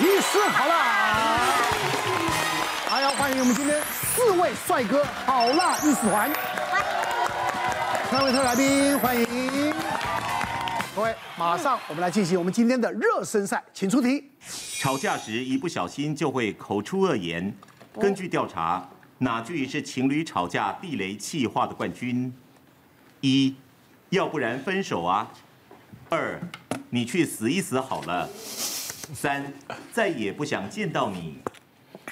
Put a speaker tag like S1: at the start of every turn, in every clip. S1: 于是好辣。哎呀，欢迎我们今天四位帅哥好辣御四团，三位特来宾，欢迎各位。马上我们来进行我们今天的热身赛，请出题。
S2: 吵架时一不小心就会口出恶言。根据调查，哪句是情侣吵架地雷气话的冠军？一，要不然分手啊。二，你去死一死好了。三，再也不想见到你。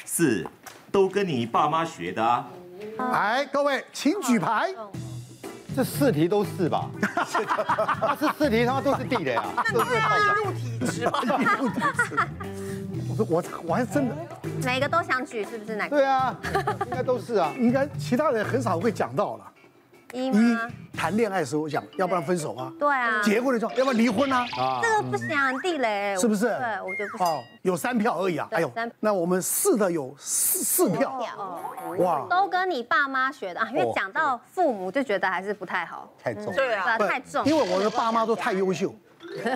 S2: 四，都跟你爸妈学的啊。
S1: 来，哎各位请举牌。
S3: 这四题都是吧？ 那这四题他妈都是地雷啊！
S4: 那你要纳入体质吧？
S1: 我说我我还真的
S5: 每个都想举，是不是？哪个？
S3: 对啊，应该都是啊。
S1: 应该其他人很少会讲到了。
S5: 一
S1: 一
S5: 吗？
S1: 谈恋爱的时候讲，要不然分手啊。
S5: 对啊，
S1: 结婚的时候，要不然离婚啊，
S3: 啊
S5: 这，个不行啊，地雷，
S1: 是不是？
S5: 对，我觉得不行。
S1: 哦，有三票而已啊。
S5: 对
S1: 哎呦
S5: 三，
S1: 那我们四的有四四票，哇，
S5: 都跟你爸妈学的啊，因为讲到父母就觉得还是不太好，
S3: 太重了。
S4: 对
S5: 对
S4: 啊
S5: 啊，，太重。
S1: 因为我的爸妈都太优秀，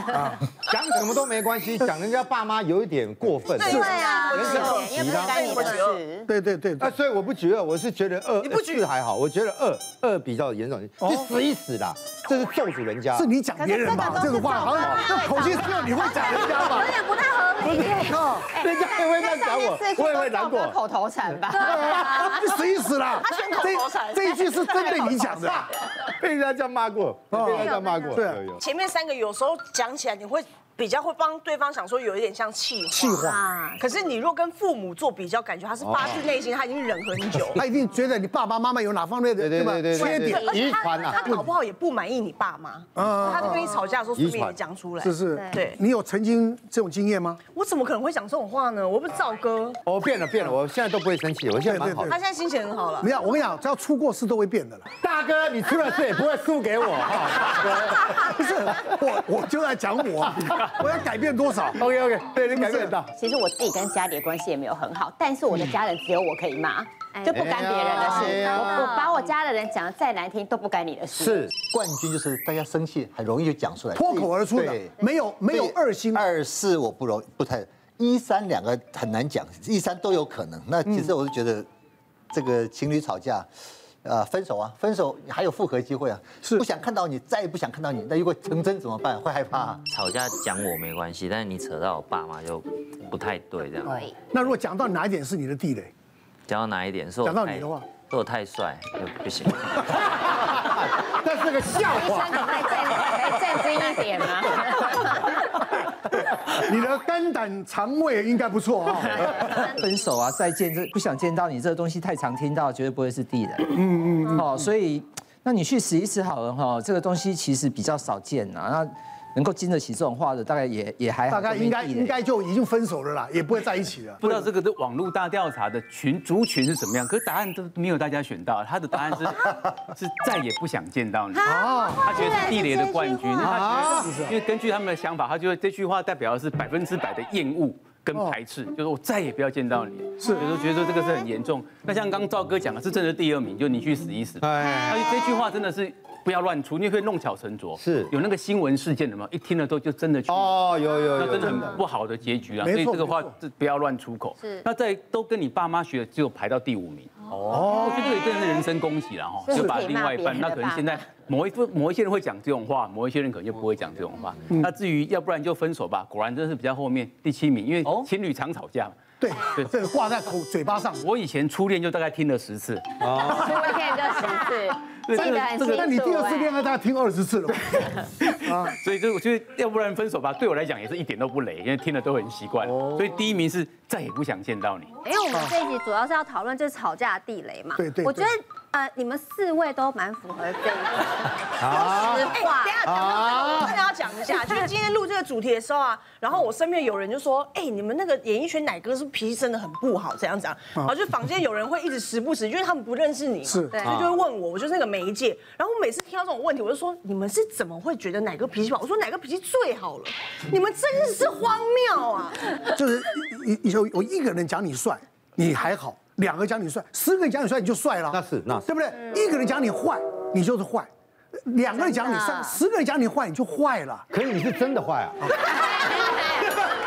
S3: 讲什么都没关系，讲人家爸妈有一点过分。
S5: 对啊，
S3: 人生二级啦。
S4: 该你的事。
S1: 对对对
S3: 那
S1: 对，
S3: 啊所以我不举二，我是觉得二，
S4: 你不举
S3: 四还好，我觉得二二比较严重，你死一死啦，这是咒诅人家
S1: 哦是。你讲别人吧，
S6: 可
S1: 这
S6: 是这个都
S1: 种
S6: 是
S1: 话好像这口气只有你会讲人 家吧啊
S5: 有。点不太合理耶。
S3: 人家也会这样讲我，我也会难过。
S6: 口头禅吧。
S1: 死一死啦！这这一句是针对你讲的，啊
S3: 被人家这样骂过，被人家这样骂过，
S1: 哦对啊
S3: 有有。
S4: 前面三个有时候讲起来，你会比较会帮对方想说，有一点像气话。
S1: 气话。哦
S5: 啊，
S4: 可是你若跟父母做比较，感觉他是发自内心，他已经忍很 久。
S1: 他一定觉得你爸爸妈妈有哪方面的
S3: 对对
S1: 吧
S3: 对对
S1: 缺
S3: 对
S1: 点，
S3: 对，遗传啊
S4: 他，搞不好也不满意你爸妈，
S1: 嗯
S4: 他在跟你吵架的时候顺
S3: 遗
S4: 便也
S3: 传
S4: 讲出来。
S1: 是不是？
S4: 对
S1: 你有曾经这种经验吗？
S4: 我怎么可能会讲这种话呢？我不是赵哥，
S3: 哦，变了变了，我现在都不会生气，我现在蛮好
S1: 对对
S4: 他
S3: 的。
S4: 现在心情很好了
S1: 没。有，我跟你讲，只要出过事都会变的了。
S3: 大哥，你出了事也不会输给我哈。
S1: 不是，我我就在讲我，我要改变多少？
S3: OK OK，对你改变很大。
S6: 其实我自己跟家里的关系也没有很好，但是我的家人只有我可以骂，就不干别人的
S3: 哎
S6: 事。
S3: 呀
S6: 我我把我家的人讲的再难听都不干你的事。
S3: 是
S7: 冠军就是大家生气很容易就讲出来，
S1: 脱口而出的
S7: 对，
S1: 没有没有二心。
S7: 二四我不容不太，一三两个很难讲，一三都有可能。那
S1: 嗯
S7: 其实我是觉得，这个情侣吵架，呃，分手啊，分手还有复合机会啊，
S1: 是
S7: 不想看到你，再也不想看到你。那如果成真怎么办？会害怕、啊。
S8: 吵架讲我没关系，但是你扯到我爸妈就不太对，这样。
S9: 哦
S1: 那如果讲到哪一点是你的地雷？
S8: 讲到哪一点？说我
S1: 讲到
S8: 太
S1: 你的话，
S8: 说我太帅就不行。
S3: 那是个笑
S6: 医
S3: 话。
S6: 生，你再震，再震惊一点吗？
S1: 你的肝胆肠胃应该不错啊、
S9: 分手啊，再见，这不想见到你这个东西太常听到，绝对不会是地雷。嗯嗯哦，所以那你去死一死好了哈、这个东西其实比较少见啊。那能够经得起这种话的，大概也也还
S1: 大
S9: 好
S1: 概应该应。该就已经分手了啦，也不会在一起了。
S10: 不知道这个的网络大调查的群族群是怎么样，可是答案都没有大家选到，他的答案是是再也不想见到你，他觉得是地雷的冠军，他觉得因为根据他们的想法，他觉得这句话代表的是百分之百的厌恶。跟排斥，就是我再也不要见到你，是，有时候觉得说这个是很严重。那像刚刚赵哥讲的，是真的第二名，就你去死一死。
S3: 哎
S10: 而且这句话真的是不要乱出，因为会弄巧成拙。
S3: 是
S10: 有那个新闻事件的嘛，一听了之后就真的去
S3: 哦，有有
S10: 那
S3: 有，
S10: 真的很不好的结局啊，
S1: 没
S10: 所
S1: 错
S10: 以这个话
S1: 没错
S10: 这不要乱出口。
S5: 是
S10: 那在都跟你爸妈学的，只有排到第五名。哦，我觉得也真的是人身攻击了哈，
S6: 所以
S10: 就把
S6: 可以
S10: 另
S6: 骂
S10: 外一
S6: 别
S10: 半，
S6: 人
S10: 那
S6: 的
S10: 可能
S6: 爸
S10: 现在某一某一些人会讲这种话，某一些人可能就不会讲这种话。那至于要不然就分手吧，果然真的是比较后面第七名，因为情侣常吵架嘛。
S1: 对
S10: 对，
S1: 这个挂在口嘴巴上。
S10: 我以前初恋就大概听了十次，
S6: 所以我可以就
S10: 对
S6: 十次，记得很清楚。
S1: 那你第二次恋爱大概听二十次了吧？
S10: 所以就我觉得要不然分手吧，对我来讲也是一点都不雷，因为听了都很习惯。所以第一名是再也不想见到你。
S5: 哎因为我们这一集主要是要讨论就是吵架的地雷嘛。
S1: 啊对对对
S5: 我觉得呃，你们四位都蛮符合这一集。说实
S4: 哎，
S5: 话
S4: 等一，下，讲到这个，我跟大家讲一下，就是今天录这个主题的时候啊，然后我身边有人就说，哎，你们那个演艺圈奶哥是不是脾气真的很不好，这样讲，然后就坊间有人会一直时不时，因为他们不认识你嘛，
S1: 是
S4: 对所以就会问我，我就是那个媒介。然后我每次听到这种问题，我就说，你们是怎么会觉得奶哥脾气不好？我说奶哥脾气最好了，你们真的是荒谬啊！
S1: 就是你你有有一个人讲你帅，你还好；两个讲你帅，十个人讲你帅，你就帅了。
S3: 那是那是
S1: 对不对？一个人讲你坏，你就是坏；两个人讲你
S5: 真
S1: 善，
S5: 的
S1: 十个人讲你坏，你就坏了。
S3: 可是你是真的坏啊！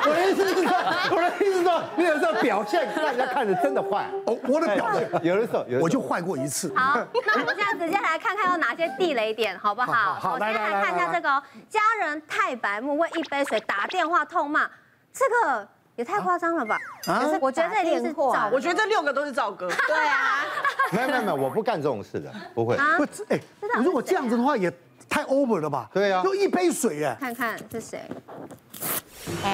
S3: 我的意思思是说，我的意思是说，你有时候表现让人家看着真的坏。啊
S1: 哦，我的表现，
S3: 哎有的时候，
S1: 我就坏过一次。
S5: 好，那我们现在直接来看看有哪些地雷点，好不好？
S1: 好好好
S5: 我先
S1: 来来
S5: 来
S1: 来
S5: 看一
S1: 来
S5: 下
S1: 来
S5: 这个哦，家人太白目，为一杯水打电话痛骂，这个也太夸张了吧？
S3: 啊
S5: 我觉得这一定是找，
S4: 我觉得这六个都是赵哥。
S6: 对啊，
S3: 没有没有没有，我不干这种事的，不会。
S5: 啊
S1: 不，这哎，如果这样子的话，也太 over 了吧？
S3: 对啊
S1: 就一杯水哎，
S5: 看看是谁？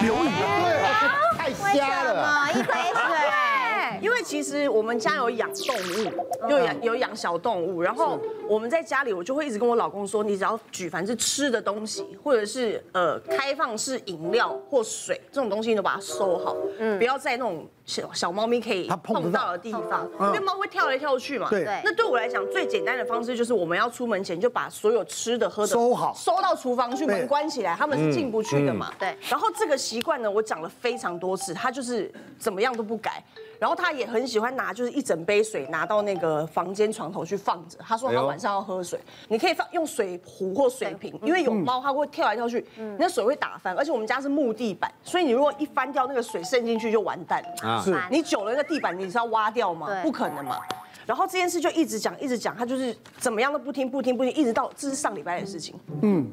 S1: 刘宇，
S3: 对啊，太瞎了。
S6: 啊，一杯水，
S4: 因为其实我们家有养动物，有养有养小动物，然后我们在家里，我就会一直跟我老公说，你只要举凡是吃的东西，或者是呃开放式饮料或水这种东西，你都把它收好，不要在那种小小猫咪可以
S1: 它碰不
S4: 碰
S1: 到嗯
S4: 到的地方，因为猫会跳来跳去嘛。
S1: 对
S5: 对
S4: 那对我来讲，最简单的方式就是我们要出门前就把所有吃的喝的
S1: 收好
S4: 收到厨房去，
S1: 对
S4: 门关起来，他们是进不去的嘛。
S5: 对
S4: 然后这个习惯呢，我讲了非常多次，他就是怎么样都不改。然后他也很喜欢拿，就是一整杯水拿到那个房间床头去放着。他说他晚上要喝水，你可以放用水壶嗯或水瓶，因为有猫它会跳来跳去，那水会打翻。而且我们家是木地板，所以你如果一翻掉，那个水渗进去就完蛋了。
S3: 啊
S1: 是
S4: 你久了那个地板你是要挖掉吗？
S5: 对
S4: 不可能嘛。然后这件事就一直讲一直讲，他就是怎么样都不听不听不听，一直到这是上礼拜的事情。嗯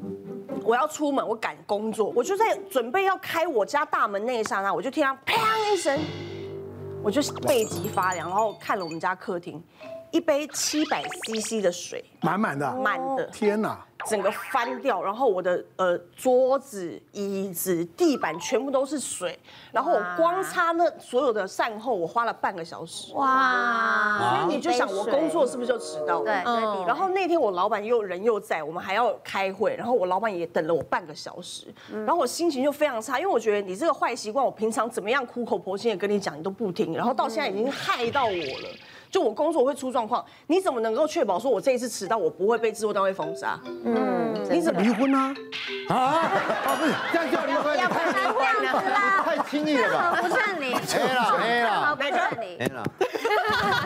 S4: 我要出门，我赶工作，我就在准备要开我家大门那一刹那，我就听到砰一声，我就背脊发凉，然后看了我们家客厅，一杯七百 CC 的水，
S1: 满满的，
S4: 满的，
S1: 天哪！
S4: 整个翻掉，然后我的呃桌子、椅子、地板全部都是水，然后我光擦那所有的善后，我花了半个小时。
S5: 哇，
S4: 所以你就想我工作是不是就迟到了？
S5: 对嗯
S4: 然后那天我老板又人又在，我们还要开会，然后我老板也等了我半个小时，
S5: 嗯
S4: 然后我心情就非常差，因为我觉得你这个坏习惯，我平常怎么样苦口婆心的跟你讲，你都不听，然后到现在已
S5: 嗯
S4: 经害到我了。就我工作会出状况，你怎么能够确保说我这一次迟到，我不会被制作单位封杀？
S5: 嗯
S1: 你怎么离婚呢？
S3: 啊，不是这样叫离婚，
S5: 要不然这样子啦，
S3: 太轻易了
S5: 这
S3: 吧？
S5: 何不正理？
S3: 黑了黑
S5: 这何
S3: 了
S5: 不正理？
S3: 黑了，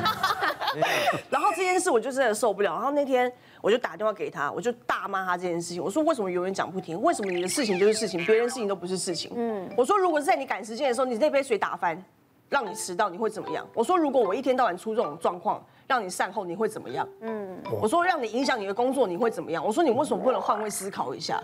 S4: 然后这件事我就真的受不了。然后那天我就打电话给他，我就大骂他这件事情。我说为什么永远讲不听？为什么你的事情就是事情，别人事情都不是事情？嗯，我说如果是在你赶时间的时候，你那杯水打翻，让你迟到，你会怎么样？我说如果我一天到晚出这种状况，让你善后，你会怎么样？嗯，我说让你影响你的工作，你会怎么样？我说你为什么不能换位思考一下？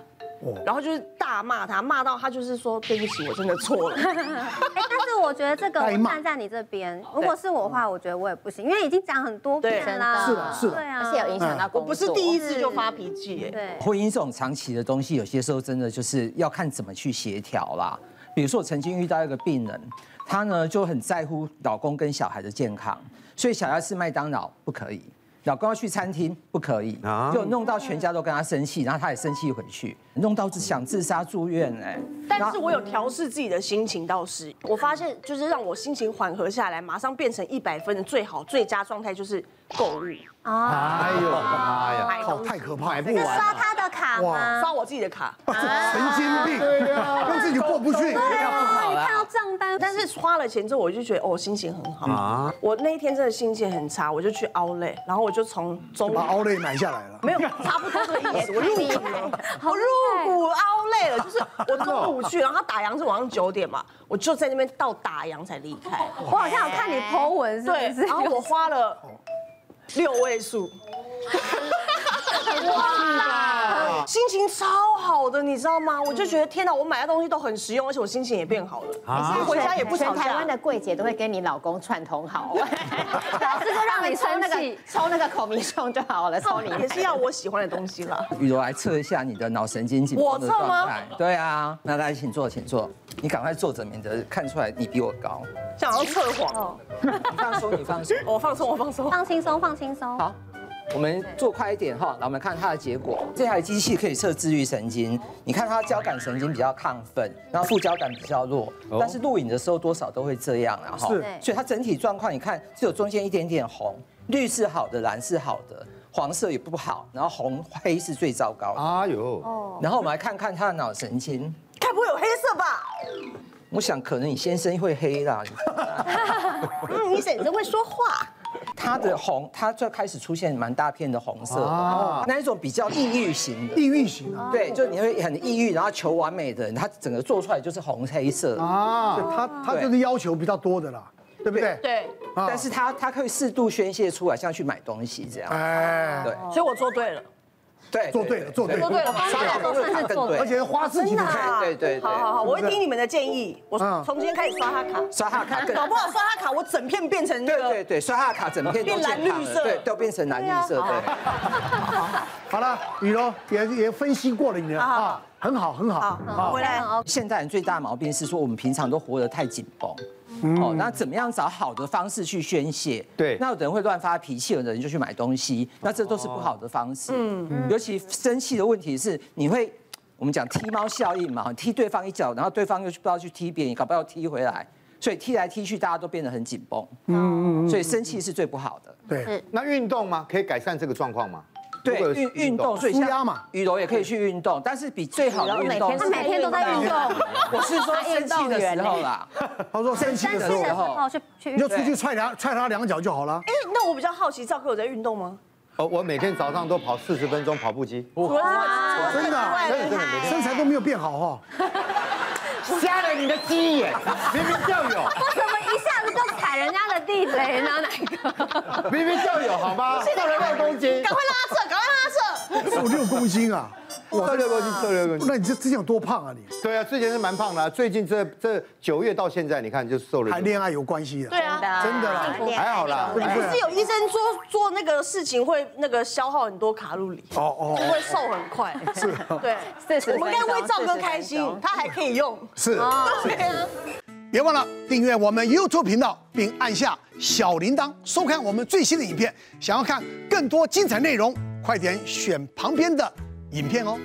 S4: 然后就是大骂他，骂到他就是说对不起，我真的错 了。
S5: 哎，但是我觉得这个
S1: 该
S5: 我
S1: 骂
S5: 站在你这边，如果是我的话，我觉得我也不行，因为已经讲很多遍啦。
S1: 是的是的
S5: 对啊，
S6: 而且有影响到
S4: 我
S6: 工作。
S4: 不是第一次就发脾气耶。
S5: 对，
S9: 婚姻这种长期的东西，有些时候真的就是要看怎么去协调啦。比如说，我曾经遇到一个病人，她呢就很在乎老公跟小孩的健康，所以小孩吃麦当劳不可以，老公要去餐厅不可以，
S3: 啊
S9: 就弄到全家都跟她生气，然后她也生气回去，弄到想自杀住院哎、
S4: 但是我有调试自己的心情，倒是我发现，就是让我心情缓和下来，马上变成一百分的最好最佳状态就是购物，
S3: 哎呦妈呀，
S1: 靠，太可怕
S3: 买
S1: 了！
S3: 不
S5: 是
S3: 完
S5: 刷
S3: 啊。
S5: 他的卡吗？
S4: 刷我自己的卡，
S1: 哇这神经病，让自己过不去。
S5: 哦，你看到账单，
S4: 但是花了钱之后，我就觉得哦，心情很好。我那一天真的心情很差，我就去 Outlet，然后我就从中午
S1: 把奥雷买下来了，
S4: 没有差不多的意思，我入股了，我入股 Outlet 了，就是我中午 去，然后他打烊是晚上九点嘛，我就在那边到打烊才离开。
S5: 我好像有看你 Po 文，是不
S4: 对，
S5: 是？
S4: 然后我花了六位数。哇，心情超好的，你知道吗？我就觉得天哪，我买的东西都很实用，而且我心情也变好了。
S6: 现在
S4: 回家也不吵
S6: 全
S4: 架
S6: 台湾的柜姐都会跟你老公串通好，老
S5: 师就让你生
S6: 那个
S5: 气
S6: 抽那个口迷送就好了，抽你
S4: 也是要我喜欢的东西啦。
S9: 雨柔来测一下你的脑神经紧绷的
S4: 我测吗
S9: 状态。对啊，那来，请坐，请坐。你赶快坐着，免得看出来你比我高。
S4: 想要测谎，
S9: 你放松，你放松。
S4: 我放松，我放松。
S5: 放轻松，放轻松。
S9: 好， 我们做快一点哈，然后我们看它的结果。这台机器可以测自律神经，你看它交感神经比较亢奋，然后副交感比较弱，
S1: 哦
S9: 但是录影的时候多少都会这样啊哈。
S1: 是
S9: 所以它整体状况你看，只有中间一点点红，绿是好的，蓝是好的，黄色也不好，然后红黑是最糟糕的。
S3: 哎呦，
S5: 哦，
S9: 然后我们来看看它的脑神经，
S4: 该不会有黑色吧？
S9: 我想可能你先生会黑啦。
S4: 嗯，你婶子会说话。
S9: 它的红，它就开始出现蛮大片的红色
S1: 啊，
S9: 那一种比较抑郁型的。
S1: 抑郁型的
S9: 对，就你会很抑郁，然后求完美的人，他整个做出来就是红黑色
S1: 啊，对他他就是
S9: 对
S1: 要求比较多的啦，对不对？
S4: 对，
S1: 啊
S9: 但是他他可以适度宣泄出来，像去买东西这样。
S1: 哎，
S9: 对
S4: 所以我做对了，
S9: 对，
S1: 做对了，做对了，
S4: 做对了，方
S1: 杀
S4: 向
S1: 了
S4: 都算是做对
S1: 而
S4: 了。
S1: 且花式
S4: 真
S1: 体
S4: 的
S1: 的，
S4: 啊，
S9: 对对对
S4: 好好好，我会听你们的建议，我
S1: 嗯
S4: 从今天开始刷他卡，
S3: 嗯
S9: 刷他卡更
S4: 搞不好刷他卡，我整片变成那
S9: 对对
S4: 个，
S9: 对，刷他的卡整片都
S4: 变蓝
S9: 健康了
S4: 绿色啊
S9: 对，都变成蓝绿色，对。
S1: 好了，雨柔也也分析过了你的
S4: 好好好
S1: 啊，很好很好
S4: 好，
S1: 啊
S4: 回来，
S9: 现代人最大的毛病是说，我们平常都活得太紧绷。哦，那怎么样找好的方式去宣泄？
S3: 对
S9: 那有的人会乱发脾气，有的人就去买东西，那这都是不好的方式。嗯，尤其生气的问题是，你会我们讲踢猫效应嘛，踢对方一脚，然后对方又去不知道去踢别人，搞不好踢回来，所以踢来踢去，大家都变得很紧绷。嗯，所以生气是最不好的。
S1: 对，
S3: 那运动吗？可以改善这个状况吗？如果
S9: 对，
S3: 有
S9: 运运动，所以
S1: 舒压
S9: 像
S1: 嘛
S9: 羽柔也可以去运动，但是比最好的运动
S5: 他每天都在运动，
S9: 我是说生气的时候啦，
S1: 他说生气
S5: 但
S1: 的
S5: 是
S1: 时
S5: 的
S1: 候
S5: 时，候去去
S1: 你
S5: 运
S1: 就
S5: 动。
S1: 出去踹两踹他两脚就好了。
S4: 哎，那我比较好奇，赵哥有在运动吗？
S3: 哦，我每天早上都跑四十分钟跑步 机。
S4: 除了这个
S1: 真的啊，
S3: 真的真的没
S1: 身材都没有变好 哈。
S3: 瞎了你的鸡眼，明明就 有，
S5: 怎么一下子就踩人家的地雷呢？哪一个？
S3: 明明就有，好吗？瘦了六公斤，
S4: 赶快拉扯，赶快拉扯。
S1: 瘦六公斤啊！
S3: 瘦六公斤，瘦六公斤。
S1: 那你这之前有多胖啊你？
S3: 对啊，之前是蛮胖的、啊，最近这这九月到现在，你看就瘦了
S1: 还。恋爱有关系的，
S4: 对啊，
S1: 真的啦。
S3: 还好啦，
S4: 不
S1: 啊
S4: 是有医生说做那个事情会那个消耗很多卡路里，
S1: 哦哦
S4: 就
S1: 哦，
S4: 会瘦很快。
S1: 是啊
S4: 对，
S6: 40
S4: 我们应该为赵哥开
S6: 分
S4: 心
S6: 钟，
S4: 他还可以用。
S1: 是，
S4: 对啊。
S1: 别忘了订阅我们 YouTube 频道，并按下小铃铛，收看我们最新的影片。想要看更多精彩内容，快点选旁边的影片哦。